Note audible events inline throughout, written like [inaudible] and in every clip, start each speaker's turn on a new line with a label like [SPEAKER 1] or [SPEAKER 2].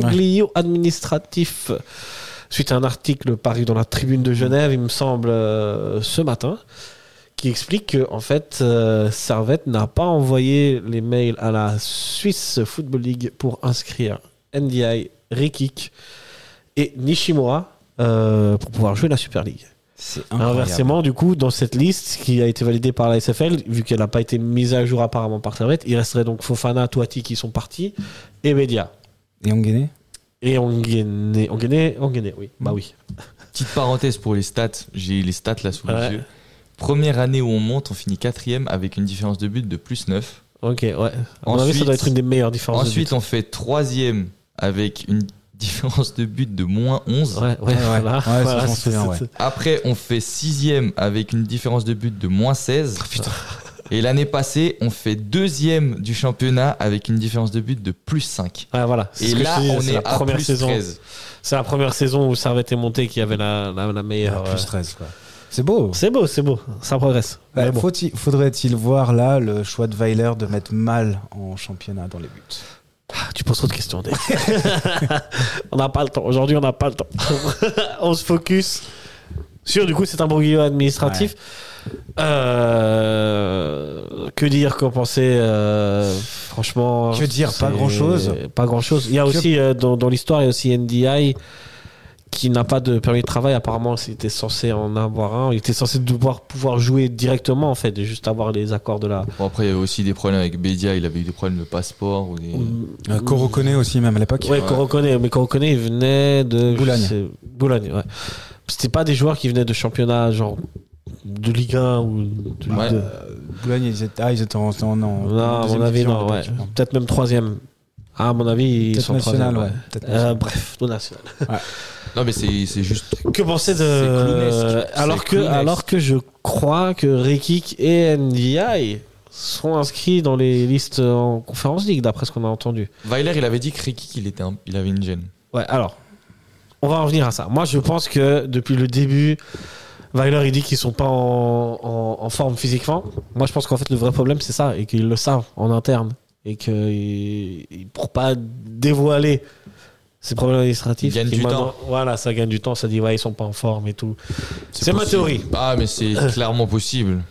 [SPEAKER 1] Broglio administratif suite à un article paru dans la Tribune de Genève, il me semble, euh, ce matin, qui explique que en fait, euh, Servette n'a pas envoyé les mails à la Swiss Football League pour inscrire NDI, Rekik et Nishimura euh, pour pouvoir jouer la Super League.
[SPEAKER 2] C'est incroyable.
[SPEAKER 1] Inversement, du coup, dans cette liste qui a été validée par la SFL, vu qu'elle n'a pas été mise à jour apparemment par Servette, il resterait donc Fofana, Toati qui sont partis et Media.
[SPEAKER 2] Et on gagnait
[SPEAKER 1] Et Onguené, Onguené, Onguené, oui. Bah oui.
[SPEAKER 3] Petite parenthèse pour les stats, j'ai les stats là sous
[SPEAKER 1] Ouais.
[SPEAKER 3] les yeux. Première année où on monte, on finit quatrième avec une différence de but de plus 9.
[SPEAKER 1] Ok, ouais. À mon avis, ça
[SPEAKER 3] Ensuite-
[SPEAKER 1] doit être une des meilleures différences. de
[SPEAKER 3] Ensuite, on fait troisième avec une différence de but de moins 11.
[SPEAKER 1] but. ouais, ouais,
[SPEAKER 2] Ouais, ouais.
[SPEAKER 1] voilà.
[SPEAKER 2] Ouais, ça,
[SPEAKER 1] Voilà,
[SPEAKER 2] je m'en
[SPEAKER 1] c'est-
[SPEAKER 2] souviens,
[SPEAKER 1] c'est-
[SPEAKER 3] Après, on fait sixième avec une différence de but de moins 16.
[SPEAKER 1] Ah,
[SPEAKER 3] Et l'année passée, on fait deuxième du championnat avec une différence de but de plus 5.
[SPEAKER 1] ouais, voilà. C'est
[SPEAKER 3] Et
[SPEAKER 1] ce que
[SPEAKER 3] là,
[SPEAKER 1] je te disais,
[SPEAKER 3] on
[SPEAKER 1] c'est
[SPEAKER 3] est
[SPEAKER 1] la
[SPEAKER 3] à
[SPEAKER 1] première
[SPEAKER 3] plus
[SPEAKER 1] saison.
[SPEAKER 3] 13.
[SPEAKER 1] C'est la première saison où Servette est monté qui avait la, la, la meilleure.
[SPEAKER 2] Plus
[SPEAKER 1] euh,
[SPEAKER 2] 13, quoi. C'est beau.
[SPEAKER 1] C'est beau, c'est beau. Ça progresse.
[SPEAKER 2] Bah,
[SPEAKER 1] Mais bon.
[SPEAKER 2] faut-il- Faudrait-il voir là le choix de Weiler de mettre mal en championnat dans les buts
[SPEAKER 1] Ah, Tu poses trop de questions, Dave. [laughs] on n'a pas le temps. Aujourd'hui, on n'a pas le temps. [laughs] on se focus sur, du coup, c'est un bourguignon administratif. Euh, que dire, qu'en penser euh, Franchement.
[SPEAKER 2] Que dire, pas
[SPEAKER 1] c'est-
[SPEAKER 2] grand-chose.
[SPEAKER 1] Pas grand-chose. Il y a
[SPEAKER 2] Que-
[SPEAKER 1] aussi, euh, dans, dans l'histoire, il y a aussi NDI qui n'a pas de permis de travail. Apparemment, il était censé en avoir un. Il était censé devoir pouvoir jouer directement, en fait, et juste avoir les accords de la.
[SPEAKER 3] Bon, après, il y avait aussi des problèmes avec Bédia. Il avait eu des problèmes de passeport. Ou des...
[SPEAKER 2] Euh, Qu'on reconnaît aussi, même à l'époque.
[SPEAKER 1] Ouais,
[SPEAKER 3] Ouais.
[SPEAKER 1] qu'on reconnaît, mais qu'on reconnaît, il venait de je
[SPEAKER 2] Boulogne.
[SPEAKER 1] sais- Boulogne, ouais. C'était pas des joueurs qui venaient de championnats genre de Ligue 1 ou de
[SPEAKER 3] Ouais.
[SPEAKER 1] Ligue 2.
[SPEAKER 2] Euh, Boulogne, ils étaient, ah, ils étaient en, en, en-
[SPEAKER 1] Non,
[SPEAKER 2] en
[SPEAKER 1] à
[SPEAKER 2] deuxième
[SPEAKER 1] mon avis,
[SPEAKER 2] division
[SPEAKER 1] non,
[SPEAKER 2] à
[SPEAKER 1] ouais.
[SPEAKER 2] l'époque.
[SPEAKER 1] Peut-être même troisième. Ah, à mon avis, ils
[SPEAKER 2] Peut-être
[SPEAKER 1] sont
[SPEAKER 2] national,
[SPEAKER 1] troisième.
[SPEAKER 2] ouais.
[SPEAKER 1] ouais.
[SPEAKER 2] Peut-être
[SPEAKER 1] Euh,
[SPEAKER 2] national.
[SPEAKER 1] bref, non national.
[SPEAKER 3] Non, mais c'est c'est juste.
[SPEAKER 1] Que penser
[SPEAKER 3] C'est
[SPEAKER 1] de.
[SPEAKER 3] clownesque.
[SPEAKER 1] Alors
[SPEAKER 3] C'est
[SPEAKER 1] que,
[SPEAKER 3] clownesque.
[SPEAKER 1] alors que je crois que Rekik et NDI sont inscrits dans les listes en conférence League, d'après ce qu'on a entendu.
[SPEAKER 3] Weiler, il avait dit que Ricky, qu'il était un- il avait une gêne.
[SPEAKER 1] Ouais, alors, on va en venir à ça. Moi, je pense que depuis le début, Weiler, il dit qu'ils sont pas en, en- en forme physiquement. Moi, je pense qu'en fait, le vrai problème, c'est ça, et qu'ils le savent en interne. Et que ils- ils- pour pas dévoiler ces problèmes administratifs,
[SPEAKER 3] Ils gagnent
[SPEAKER 1] qui
[SPEAKER 3] du
[SPEAKER 1] maintenant-
[SPEAKER 3] temps.
[SPEAKER 1] Voilà, ça gagne du temps. Ça dit, ouais, ils sont pas en forme et tout. C'est ma
[SPEAKER 3] possible.
[SPEAKER 1] théorie. Euh.
[SPEAKER 3] Ah, mais c'est clairement possible.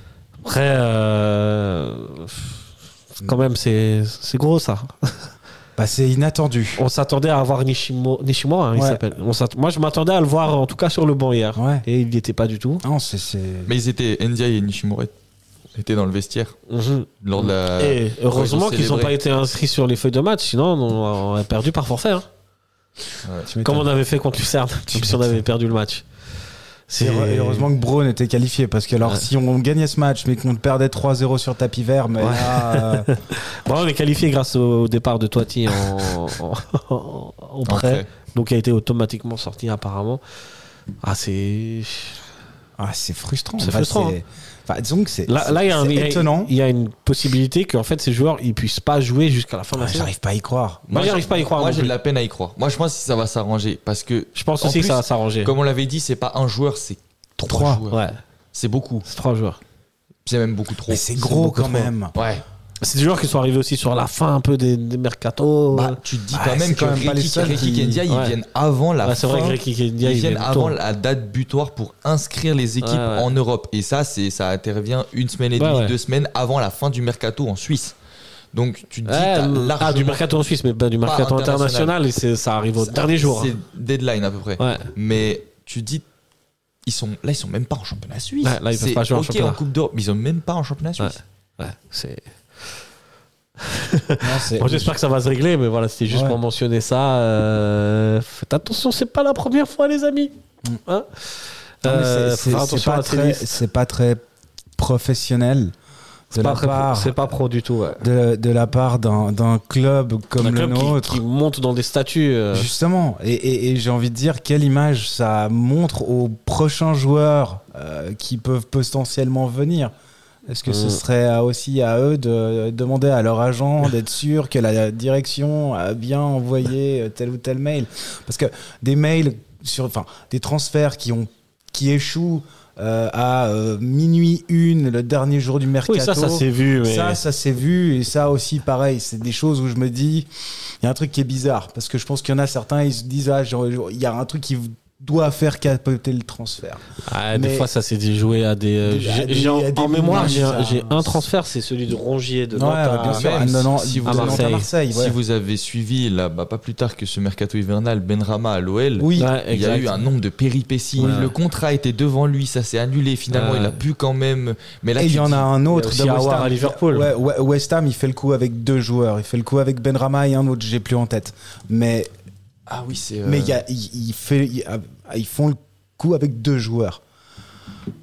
[SPEAKER 1] Après, euh, quand même, c'est c'est gros ça.
[SPEAKER 2] Bah, c'est inattendu.
[SPEAKER 1] On s'attendait à avoir Nishimo, Nishimura, hein, il
[SPEAKER 2] Ouais.
[SPEAKER 1] s'appelle. On s'att- Moi, je m'attendais à le voir en tout cas sur le banc hier.
[SPEAKER 2] Ouais.
[SPEAKER 1] Et il n'y était pas du tout.
[SPEAKER 2] Non, c'est. c'est-
[SPEAKER 3] Mais ils étaient. Ndiaye et Nishimura étaient dans le vestiaire lors de la.
[SPEAKER 1] Et heureusement
[SPEAKER 3] ils ont
[SPEAKER 1] qu'ils n'ont
[SPEAKER 3] célébré.
[SPEAKER 1] pas été inscrits sur les feuilles de match, sinon on aurait perdu par forfait. hein.
[SPEAKER 2] tu m'étonnes.
[SPEAKER 1] Comme on avait fait contre Lucerne, comme si on avait perdu le match.
[SPEAKER 2] Et
[SPEAKER 1] C'est
[SPEAKER 2] heure- et heureusement que Braun était qualifié parce que alors
[SPEAKER 1] Ouais.
[SPEAKER 2] si on gagnait ce match mais qu'on perdait 3-0 sur tapis vert mais
[SPEAKER 1] Ouais.
[SPEAKER 2] là, euh,
[SPEAKER 1] Bon, on est qualifié grâce au départ de Toiti en, en- en- en
[SPEAKER 3] En
[SPEAKER 1] prêt,
[SPEAKER 3] prêt.
[SPEAKER 1] donc il a été automatiquement sorti apparemment. Ah, c'est.
[SPEAKER 2] ah, c'est frustrant.
[SPEAKER 1] C'est
[SPEAKER 2] Enfin,
[SPEAKER 1] frustrant,
[SPEAKER 2] c'est- enfin, disons que c'est
[SPEAKER 1] Là,
[SPEAKER 2] c'est-
[SPEAKER 1] là, il y a un-
[SPEAKER 2] c'est
[SPEAKER 1] il y a-
[SPEAKER 2] étonnant.
[SPEAKER 1] Il y a une possibilité qu'en fait, ces joueurs ils puissent pas jouer jusqu'à la fin de la
[SPEAKER 2] Ouais,
[SPEAKER 1] saison.
[SPEAKER 2] Ah, J'arrive pas à y croire.
[SPEAKER 1] Moi,
[SPEAKER 3] Moi,
[SPEAKER 1] j'arrive pas à y croire.
[SPEAKER 3] Moi,
[SPEAKER 1] non
[SPEAKER 3] j'ai
[SPEAKER 1] plus.
[SPEAKER 3] de la peine à y croire. Moi, je pense que ça va s'arranger parce que
[SPEAKER 1] Je pense
[SPEAKER 3] En
[SPEAKER 1] aussi que ça
[SPEAKER 3] plus,
[SPEAKER 1] va s'arranger.
[SPEAKER 3] Comme on l'avait dit, c'est pas un joueur, c'est trois,
[SPEAKER 2] Trois,
[SPEAKER 3] joueurs.
[SPEAKER 1] Ouais,
[SPEAKER 3] C'est beaucoup.
[SPEAKER 1] c'est trois joueurs.
[SPEAKER 3] C'est même beaucoup trop.
[SPEAKER 2] Mais c'est gros
[SPEAKER 1] beaucoup
[SPEAKER 2] quand
[SPEAKER 1] trop.
[SPEAKER 2] même.
[SPEAKER 3] Ouais.
[SPEAKER 1] Bah, C'est des joueurs qui sont arrivés aussi sur la fin un peu des, des mercato.
[SPEAKER 3] Bah, tu te dis
[SPEAKER 2] Bah,
[SPEAKER 3] quand
[SPEAKER 2] c'est
[SPEAKER 3] même
[SPEAKER 2] quand
[SPEAKER 3] que
[SPEAKER 2] même pas les
[SPEAKER 3] Ricky,
[SPEAKER 2] seuls
[SPEAKER 3] Ricky
[SPEAKER 2] qui-
[SPEAKER 3] et Ndiaye,
[SPEAKER 1] Ouais.
[SPEAKER 3] ils viennent avant la
[SPEAKER 1] Ouais, c'est
[SPEAKER 3] fin.
[SPEAKER 1] vrai que Ricky Kendia,
[SPEAKER 3] ils
[SPEAKER 1] il
[SPEAKER 3] viennent
[SPEAKER 1] vient
[SPEAKER 3] avant
[SPEAKER 1] tôt.
[SPEAKER 3] la date butoir pour inscrire les équipes
[SPEAKER 1] Ouais, ouais.
[SPEAKER 3] en Europe. Et ça, c'est ça intervient une semaine et
[SPEAKER 1] Ouais,
[SPEAKER 3] demie,
[SPEAKER 1] ouais.
[SPEAKER 3] deux semaines avant la fin du mercato en Suisse. Donc tu te dis,
[SPEAKER 1] Ouais,
[SPEAKER 3] t'as
[SPEAKER 1] mais-
[SPEAKER 3] largement-
[SPEAKER 1] ah, du mercato en Suisse, mais pas du mercato
[SPEAKER 3] euh, international.
[SPEAKER 1] international, et c'est- ça arrive au
[SPEAKER 3] c'est-
[SPEAKER 1] dernier jour.
[SPEAKER 3] C'est
[SPEAKER 1] hein.
[SPEAKER 3] deadline à peu près.
[SPEAKER 1] Ouais.
[SPEAKER 3] Mais tu te dis, ils sont là, ils sont même pas en championnat suisse.
[SPEAKER 1] Ouais, là, ils peuvent
[SPEAKER 3] C'est
[SPEAKER 1] pas jouer en
[SPEAKER 3] ok
[SPEAKER 1] championnat.
[SPEAKER 3] Coupe d'Europe, mais ils sont même pas en championnat
[SPEAKER 1] Ouais.
[SPEAKER 3] suisse.
[SPEAKER 1] Ouais, c'est-
[SPEAKER 2] Non, c'est-
[SPEAKER 1] Bon, J'espère que ça va se régler, mais voilà, c'était juste
[SPEAKER 2] Ouais.
[SPEAKER 1] pour mentionner ça. euh, Faites attention, c'est pas la première fois, les amis. Hein
[SPEAKER 2] Non, mais
[SPEAKER 1] Euh,
[SPEAKER 2] c'est-
[SPEAKER 1] faut
[SPEAKER 2] c'est-
[SPEAKER 1] faire
[SPEAKER 2] c'est
[SPEAKER 1] attention
[SPEAKER 2] pas
[SPEAKER 1] à ces
[SPEAKER 2] très-
[SPEAKER 1] listes.
[SPEAKER 2] c'est pas très professionnel de
[SPEAKER 1] C'est
[SPEAKER 2] la
[SPEAKER 1] pas, très-
[SPEAKER 2] part
[SPEAKER 1] c'est pas pro du tout. ouais.
[SPEAKER 2] de, de la part d'un d'un club comme
[SPEAKER 1] Un
[SPEAKER 2] le
[SPEAKER 1] club qui-
[SPEAKER 2] nôtre.
[SPEAKER 1] qui, monte dans des statuts. euh,
[SPEAKER 2] Justement, et, et- et j'ai envie de dire quelle image ça montre aux prochains joueurs euh, qui peuvent potentiellement venir. Est-ce que ce
[SPEAKER 1] Mm.
[SPEAKER 2] serait euh, aussi à eux de euh, demander à leur agent d'être sûr que la direction a bien envoyé euh, tel ou tel mail Parce que des mails sur, enfin, des transferts qui ont qui échouent euh, à euh, minuit une, le dernier jour du mercato.
[SPEAKER 1] Oui, ça, ça s'est vu. Mais...
[SPEAKER 2] Ça, ça s'est vu et ça aussi, pareil, c'est des choses où je me dis, il y a un truc qui est bizarre parce que je pense qu'il y en a certains, ils se disent, ah, genre, il y a un truc qui doit faire capoter le transfert.
[SPEAKER 1] Ah, des
[SPEAKER 2] Mais-
[SPEAKER 1] fois, ça s'est déjoué à des. euh,
[SPEAKER 2] Des- à
[SPEAKER 1] j'ai-
[SPEAKER 2] des-
[SPEAKER 1] j'ai en,
[SPEAKER 2] à des
[SPEAKER 1] en mémoire,
[SPEAKER 2] matchs,
[SPEAKER 1] j'ai un,
[SPEAKER 2] ça. hein.
[SPEAKER 1] j'ai un transfert, c'est celui de Rongier de
[SPEAKER 2] Ouais,
[SPEAKER 1] Nantes à-
[SPEAKER 2] ouais, bien sûr.
[SPEAKER 3] même
[SPEAKER 2] à Nantes-
[SPEAKER 3] si vous-
[SPEAKER 2] de
[SPEAKER 1] à
[SPEAKER 2] Nantes
[SPEAKER 1] Marseille.
[SPEAKER 2] Marseille, ouais.
[SPEAKER 3] Si vous avez suivi, là, bah, pas plus tard que ce mercato hivernal, Benrama à l'OL,
[SPEAKER 1] Ouais,
[SPEAKER 2] Oui.
[SPEAKER 3] il y a
[SPEAKER 1] exact.
[SPEAKER 3] eu un nombre de péripéties.
[SPEAKER 1] Ouais.
[SPEAKER 3] Le contrat était devant lui, ça s'est annulé. Finalement,
[SPEAKER 1] Ouais.
[SPEAKER 3] il a pu quand même. Mais là,
[SPEAKER 2] Et il
[SPEAKER 3] tu
[SPEAKER 2] y en
[SPEAKER 3] dis-
[SPEAKER 2] a un autre
[SPEAKER 1] Il y a aussi
[SPEAKER 2] de West
[SPEAKER 1] Aouar
[SPEAKER 2] Ham.
[SPEAKER 1] à Liverpool.
[SPEAKER 2] Ouais, ouais, West Ham, il fait le coup avec deux joueurs. Il fait le coup avec Benrama et un autre, j'ai plus en tête. Mais
[SPEAKER 3] Ah oui, c'est. euh,
[SPEAKER 2] mais il y a- il- il fait, il- ah, ils font le coup avec deux joueurs.
[SPEAKER 3] non,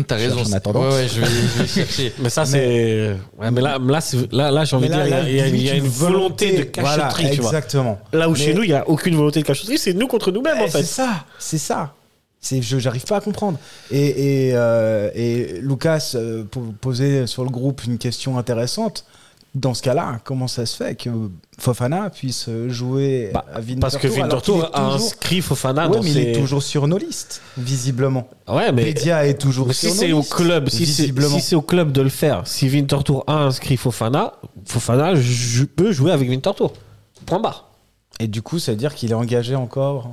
[SPEAKER 3] Hmm, T'as
[SPEAKER 2] Je
[SPEAKER 3] raison.
[SPEAKER 2] cherche en
[SPEAKER 3] c'est-
[SPEAKER 2] attendant.
[SPEAKER 3] Ouais, ouais, je vais,
[SPEAKER 2] [laughs]
[SPEAKER 3] je vais chercher.
[SPEAKER 1] Mais ça, c'est. Ouais, mais là, là, c'est- là, là j'ai envie
[SPEAKER 2] Mais
[SPEAKER 1] de
[SPEAKER 2] là-
[SPEAKER 1] dire, il y a-
[SPEAKER 2] là,
[SPEAKER 1] il y a, il y a
[SPEAKER 2] limite
[SPEAKER 1] une volonté de
[SPEAKER 2] voilà,
[SPEAKER 1] cachotterie, tu vois.
[SPEAKER 2] Exactement.
[SPEAKER 1] Là où chez
[SPEAKER 2] Mais-
[SPEAKER 1] nous, il n'y a aucune volonté de cachotterie, c'est nous contre nous-mêmes, en
[SPEAKER 2] Eh, C'est
[SPEAKER 1] fait.
[SPEAKER 2] ça, c'est ça. C'est, je j'arrive pas à comprendre. Et, et, euh, et Lucas euh, po- posait sur le groupe une question intéressante. Dans ce cas-là, comment ça se fait que Fofana puisse jouer
[SPEAKER 1] Bah,
[SPEAKER 2] à Winterthur
[SPEAKER 1] Parce que
[SPEAKER 2] alors qu'il
[SPEAKER 1] Winterthur
[SPEAKER 2] est
[SPEAKER 1] a
[SPEAKER 2] toujours-
[SPEAKER 1] inscrit Fofana
[SPEAKER 2] Ouais,
[SPEAKER 1] dans
[SPEAKER 2] mais il est
[SPEAKER 1] ses-
[SPEAKER 2] toujours sur nos listes, visiblement.
[SPEAKER 1] Ouais, mais.
[SPEAKER 2] Pedia est toujours
[SPEAKER 1] mais
[SPEAKER 2] sur
[SPEAKER 1] si
[SPEAKER 2] nos
[SPEAKER 1] c'est au
[SPEAKER 2] listes,
[SPEAKER 1] club, si c'est
[SPEAKER 2] visiblement.
[SPEAKER 1] si c'est au club de le faire, si Winterthur a inscrit Fofana, Fofana je peut jouer avec Winterthur. Point barre.
[SPEAKER 2] Et du coup, ça veut dire qu'il est engagé encore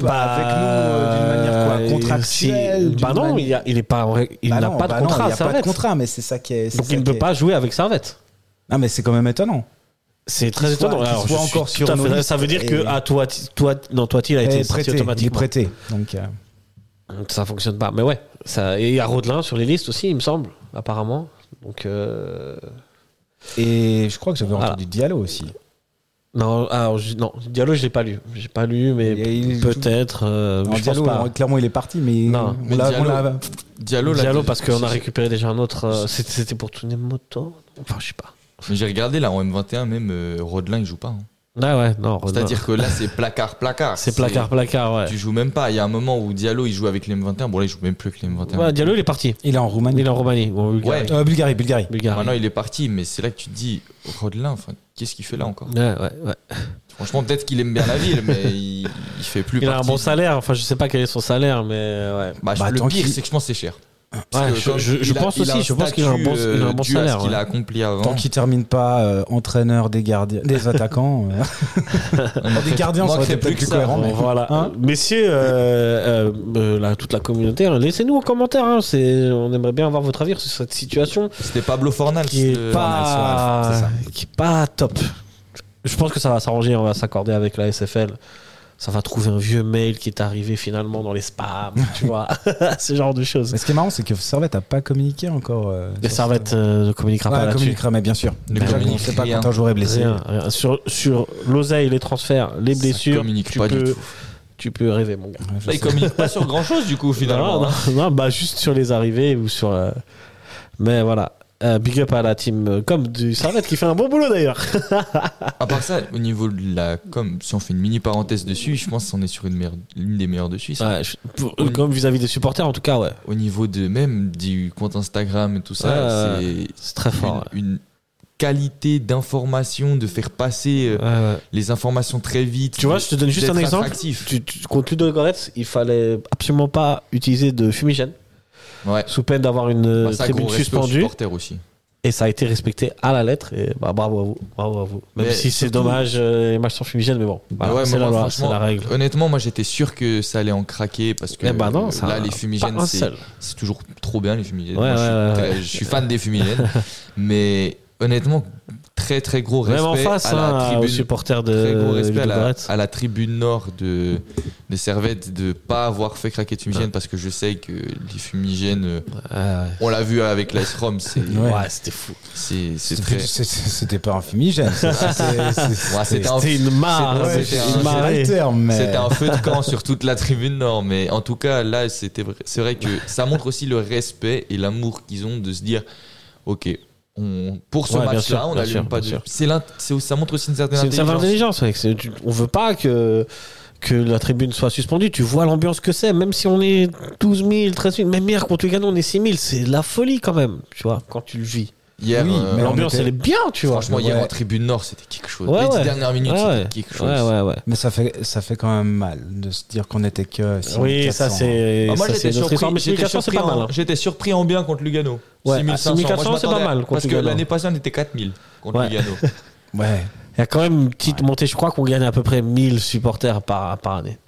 [SPEAKER 2] pas
[SPEAKER 1] Bah,
[SPEAKER 2] avec nous euh, d'une manière quoi,
[SPEAKER 1] euh,
[SPEAKER 2] contractuelle.
[SPEAKER 1] si- Bah
[SPEAKER 2] d'une
[SPEAKER 1] non,
[SPEAKER 2] mani-
[SPEAKER 1] il y a- il est pas en ré- il
[SPEAKER 2] Bah
[SPEAKER 1] n'a
[SPEAKER 2] non,
[SPEAKER 1] pas de
[SPEAKER 2] bah non,
[SPEAKER 1] contrat.
[SPEAKER 2] il
[SPEAKER 1] à
[SPEAKER 2] y a pas de
[SPEAKER 1] Servette.
[SPEAKER 2] contrat, mais c'est ça qui est. c'est
[SPEAKER 1] Donc
[SPEAKER 2] ça
[SPEAKER 1] il ne
[SPEAKER 2] qui
[SPEAKER 1] peut
[SPEAKER 2] est-
[SPEAKER 1] pas jouer avec Servette.
[SPEAKER 2] Non, mais c'est quand même étonnant.
[SPEAKER 1] C'est très
[SPEAKER 2] soit-
[SPEAKER 1] étonnant.
[SPEAKER 2] qu'il
[SPEAKER 1] Alors, je
[SPEAKER 2] soit
[SPEAKER 1] suis
[SPEAKER 2] encore
[SPEAKER 1] tout
[SPEAKER 2] sur
[SPEAKER 1] à
[SPEAKER 2] nos
[SPEAKER 1] fait-
[SPEAKER 2] listes
[SPEAKER 1] Ça veut dire que
[SPEAKER 2] et-
[SPEAKER 1] ah, toi, toi, non, toi, il a
[SPEAKER 2] Il
[SPEAKER 1] été
[SPEAKER 2] est
[SPEAKER 1] sorti
[SPEAKER 2] prêté, il est
[SPEAKER 1] automatiquement.
[SPEAKER 2] prêté. Donc, euh,
[SPEAKER 1] Ça fonctionne pas. Mais ouais. Ça... Et il y a Rodelin sur les listes aussi, il me semble, apparemment. Donc euh,
[SPEAKER 2] et je crois que j'avais
[SPEAKER 1] Voilà.
[SPEAKER 2] entendu Diallo aussi.
[SPEAKER 1] non, alors, je- non, Diallo, je l'ai pas lu. J'ai pas lu, mais
[SPEAKER 2] Il y a-
[SPEAKER 1] peut-être. euh,
[SPEAKER 2] Alors,
[SPEAKER 1] je pense
[SPEAKER 2] Diallo,
[SPEAKER 1] pas.
[SPEAKER 2] alors, clairement, il est parti, mais
[SPEAKER 1] Non,
[SPEAKER 2] on
[SPEAKER 3] mais
[SPEAKER 2] l'a- on
[SPEAKER 3] Diallo-
[SPEAKER 2] l'a-
[SPEAKER 3] Diallo, là,
[SPEAKER 1] Diallo
[SPEAKER 3] t'as-
[SPEAKER 1] parce qu'on a récupéré déjà un autre. euh, C'était c'était pour tourner moto. Enfin, je sais pas.
[SPEAKER 3] Mais J'ai regardé là en M21, même euh, Rodelin, il joue pas. hein.
[SPEAKER 1] Ah ouais, non. Rodelin.
[SPEAKER 3] C'est-à-dire que là, c'est placard, placard.
[SPEAKER 1] c'est placard, placard, ouais.
[SPEAKER 3] Tu joues même pas. Il y a un moment où Diallo, il joue avec les M21. Bon, là, il joue même plus avec les M21.
[SPEAKER 1] Ouais, Diallo, il est parti.
[SPEAKER 2] il est en Roumanie.
[SPEAKER 1] Il est en Roumanie ou en Bulgarie.
[SPEAKER 2] Euh, Bulgarie, Bulgarie.
[SPEAKER 1] Bulgarie.
[SPEAKER 3] Maintenant, il est parti, mais c'est là que tu te dis, Rodelin, enfin, qu'est-ce qu'il fait là encore
[SPEAKER 1] Ouais, ouais, ouais.
[SPEAKER 3] Franchement, peut-être qu'il aime bien la ville, mais il, il fait plus
[SPEAKER 1] Il a un
[SPEAKER 3] partie
[SPEAKER 1] bon
[SPEAKER 3] du-
[SPEAKER 1] salaire, enfin je sais pas quel est son salaire, mais ouais.
[SPEAKER 3] Bah,
[SPEAKER 2] Bah,
[SPEAKER 3] le
[SPEAKER 2] tant
[SPEAKER 3] pire,
[SPEAKER 2] qu'il-
[SPEAKER 3] c'est que je pense que c'est cher. Parce
[SPEAKER 1] Ouais,
[SPEAKER 3] que
[SPEAKER 1] je,
[SPEAKER 3] comme
[SPEAKER 1] je- je
[SPEAKER 3] il a-
[SPEAKER 1] pense
[SPEAKER 3] il a
[SPEAKER 1] aussi, je pense qu'il a un bon,
[SPEAKER 3] statut,
[SPEAKER 1] il a un
[SPEAKER 3] euh,
[SPEAKER 1] bon
[SPEAKER 3] dû à
[SPEAKER 1] salaire.
[SPEAKER 3] Ce qu'il
[SPEAKER 1] ouais.
[SPEAKER 3] a accompli
[SPEAKER 2] Tant
[SPEAKER 3] avant.
[SPEAKER 2] qu'il termine pas euh, entraîneur des gardiens, [laughs] des attaquants. euh,
[SPEAKER 3] On
[SPEAKER 2] des gardiens, ça aurait
[SPEAKER 3] manquerait
[SPEAKER 2] été
[SPEAKER 3] plus
[SPEAKER 2] plus
[SPEAKER 3] que ça.
[SPEAKER 2] cohérent.
[SPEAKER 1] Bon,
[SPEAKER 2] mais-
[SPEAKER 1] voilà.
[SPEAKER 2] Hein
[SPEAKER 1] Messieurs, euh, euh, euh, là, toute la communauté, hein, laissez-nous en commentaire. hein, c'est- on aimerait bien avoir votre avis sur cette situation
[SPEAKER 3] C'était Pablo euh, Fornal.
[SPEAKER 1] qui est,
[SPEAKER 3] le-
[SPEAKER 1] pas,
[SPEAKER 2] c'est ça.
[SPEAKER 1] qui est pas top. Je pense que ça va s'arranger, on va s'accorder avec la SFL. Ça va trouver un vieux mail qui est arrivé finalement dans les spams, tu vois, [laughs] ce genre de choses.
[SPEAKER 2] Mais ce qui est marrant, c'est que Servette a pas communiqué encore. euh,
[SPEAKER 1] Les
[SPEAKER 2] sur ce-
[SPEAKER 1] servettes euh, ne communiquera
[SPEAKER 2] Ouais,
[SPEAKER 1] pas là-dessus.
[SPEAKER 2] communiquera, mais bien sûr.
[SPEAKER 3] Ne
[SPEAKER 2] Déjà qu'on
[SPEAKER 3] communique
[SPEAKER 2] sait pas
[SPEAKER 3] rien.
[SPEAKER 2] quand un joueur est blessé.
[SPEAKER 1] Rien, rien. Sur, sur l'oseille, les transferts, les
[SPEAKER 3] Ça
[SPEAKER 1] blessures,
[SPEAKER 3] communique
[SPEAKER 1] tu
[SPEAKER 3] pas du
[SPEAKER 1] peux,
[SPEAKER 3] tout.
[SPEAKER 1] tu peux rêver, mon gars.
[SPEAKER 2] Ouais, je
[SPEAKER 3] Là,
[SPEAKER 2] sais.
[SPEAKER 3] il communique pas sur grand chose du coup finalement. hein.
[SPEAKER 1] Non, non, non, bah, juste sur les arrivées ou sur. euh, Mais voilà. Euh, big up à la team euh, comme du Servette qui fait un bon boulot d'ailleurs.
[SPEAKER 3] À part ça, au niveau de la com, si on fait une mini parenthèse dessus, je pense qu'on est sur une, meilleure- l'une des meilleures de Suisse.
[SPEAKER 1] Ouais, je- pour- euh, comme vis-à-vis des supporters en tout cas, ouais.
[SPEAKER 3] Au niveau de même du compte Instagram et tout ça,
[SPEAKER 1] Ouais,
[SPEAKER 3] c'est
[SPEAKER 1] C'est très
[SPEAKER 3] une,
[SPEAKER 1] fort.
[SPEAKER 3] une qualité d'information, de faire passer euh,
[SPEAKER 1] ouais. Ouais, ouais.
[SPEAKER 3] les informations très vite.
[SPEAKER 1] Tu vois, je te donne juste
[SPEAKER 3] d'être
[SPEAKER 1] un exemple.
[SPEAKER 3] attractif.
[SPEAKER 1] Tu, tu, contre Ludo Goretz, il fallait absolument pas utiliser de fumigène
[SPEAKER 3] Ouais.
[SPEAKER 1] sous peine d'avoir une euh,
[SPEAKER 3] Bah, ça, gros
[SPEAKER 1] tribune
[SPEAKER 3] respect aux
[SPEAKER 1] suspendue.
[SPEAKER 3] supporters aussi.
[SPEAKER 1] Et ça a été respecté à la lettre. Et bah, bravo à vous. Bravo à vous. Même
[SPEAKER 3] Mais
[SPEAKER 1] si c'est
[SPEAKER 3] surtout-
[SPEAKER 1] dommage, euh, les matchs sans fumigène, mais bon. Voilà,
[SPEAKER 3] Ah ouais,
[SPEAKER 1] Bah, c'est
[SPEAKER 3] mais
[SPEAKER 1] la
[SPEAKER 3] moi,
[SPEAKER 1] loi, c'est
[SPEAKER 3] franchement,
[SPEAKER 1] la règle.
[SPEAKER 3] Honnêtement, moi j'étais sûr que ça allait en craquer parce que
[SPEAKER 1] Eh ben non,
[SPEAKER 3] euh,
[SPEAKER 1] ça-
[SPEAKER 3] là les
[SPEAKER 1] Pas
[SPEAKER 3] fumigènes
[SPEAKER 1] un
[SPEAKER 3] c'est
[SPEAKER 1] seul.
[SPEAKER 3] c'est toujours trop bien les fumigènes.
[SPEAKER 1] Ouais,
[SPEAKER 3] Moi,
[SPEAKER 1] ouais,
[SPEAKER 3] je, suis
[SPEAKER 1] ouais,
[SPEAKER 3] très- je suis fan
[SPEAKER 1] [laughs]
[SPEAKER 3] des fumigènes, mais honnêtement très très gros respect
[SPEAKER 1] Même en face,
[SPEAKER 3] à la
[SPEAKER 1] hein, aux
[SPEAKER 3] tribune.
[SPEAKER 1] supporters
[SPEAKER 3] Très gros
[SPEAKER 1] de
[SPEAKER 3] respect à
[SPEAKER 1] Ludo
[SPEAKER 3] la,
[SPEAKER 1] Goretz.
[SPEAKER 3] à la tribune nord de, des Servettes de pas avoir fait craquer de fumigène parce que je sais que les fumigènes, euh,
[SPEAKER 1] Ah ouais.
[SPEAKER 3] on l'a vu avec l'Ice Rome, c'est
[SPEAKER 2] Ouais.
[SPEAKER 1] Ouais, c'était fou.
[SPEAKER 3] c'est- c'est
[SPEAKER 2] C'était-
[SPEAKER 3] très.
[SPEAKER 2] c'est- c'est- C'était pas un fumigène. ça, C'était c'est-
[SPEAKER 3] Ouais, c'était un-
[SPEAKER 1] C'était une mare,
[SPEAKER 3] Ouais,
[SPEAKER 1] c'était
[SPEAKER 3] c'est-
[SPEAKER 1] une
[SPEAKER 3] c'est
[SPEAKER 1] marée.
[SPEAKER 2] le terme, mais-
[SPEAKER 3] C'était un feu de camp sur toute la tribune nord, mais en tout cas là, c'était vrai- c'est vrai que ça montre aussi le respect et l'amour qu'ils ont de se dire, ok, on pour ce
[SPEAKER 1] Ouais, bien sûr,
[SPEAKER 3] match-là, on
[SPEAKER 1] bien
[SPEAKER 3] n'allume
[SPEAKER 1] sûr,
[SPEAKER 3] pas
[SPEAKER 1] bien
[SPEAKER 3] de.
[SPEAKER 1] sûr.
[SPEAKER 3] C'est l'int- c'est- ça montre aussi une certaine
[SPEAKER 1] C'est une certaine
[SPEAKER 3] intelligence.
[SPEAKER 1] intelligence. mec. C'est- tu- On veut pas que, que la tribune soit suspendue. Tu vois l'ambiance que c'est. Même si on est 12 000, 13 000, même hier contre Lugano, on est 6 000. C'est de la folie quand même. Tu vois, quand tu le vis.
[SPEAKER 3] Hier,
[SPEAKER 2] Oui,
[SPEAKER 3] euh,
[SPEAKER 2] mais on
[SPEAKER 1] L'ambiance,
[SPEAKER 2] était-
[SPEAKER 1] elle est bien, tu vois.
[SPEAKER 3] franchement,
[SPEAKER 2] Ouais.
[SPEAKER 3] hier en tribune nord, c'était quelque chose.
[SPEAKER 1] Ouais,
[SPEAKER 3] Les dix
[SPEAKER 1] ouais.
[SPEAKER 3] dernières minutes,
[SPEAKER 1] Ouais,
[SPEAKER 3] c'était
[SPEAKER 1] ouais.
[SPEAKER 3] quelque chose.
[SPEAKER 1] Ouais, ouais, ouais.
[SPEAKER 2] Mais ça fait, ça fait quand même mal de se dire qu'on était que.
[SPEAKER 1] Oui,
[SPEAKER 2] 6400.
[SPEAKER 1] ça, c'est.
[SPEAKER 3] Ah, moi,
[SPEAKER 1] ça, c'est
[SPEAKER 3] j'étais
[SPEAKER 1] notre
[SPEAKER 3] surpris,
[SPEAKER 1] histoire. Mais
[SPEAKER 3] j'étais
[SPEAKER 1] 6400, c'est
[SPEAKER 3] surpris
[SPEAKER 1] pas mal.
[SPEAKER 3] en-
[SPEAKER 1] hein.
[SPEAKER 3] j'étais surpris en bien contre Lugano.
[SPEAKER 1] Ouais, à
[SPEAKER 3] 6500.
[SPEAKER 1] 6400
[SPEAKER 3] Moi, je
[SPEAKER 1] c'est pas
[SPEAKER 3] m'attendais à-
[SPEAKER 1] mal contre
[SPEAKER 3] Parce que
[SPEAKER 1] Lugano.
[SPEAKER 3] l'année passée, on était 4000 contre
[SPEAKER 1] Ouais.
[SPEAKER 3] Lugano.
[SPEAKER 2] Ouais.
[SPEAKER 1] Il y a quand même une petite montée. Je crois qu'on gagne à peu près 1000 supporters par, par année.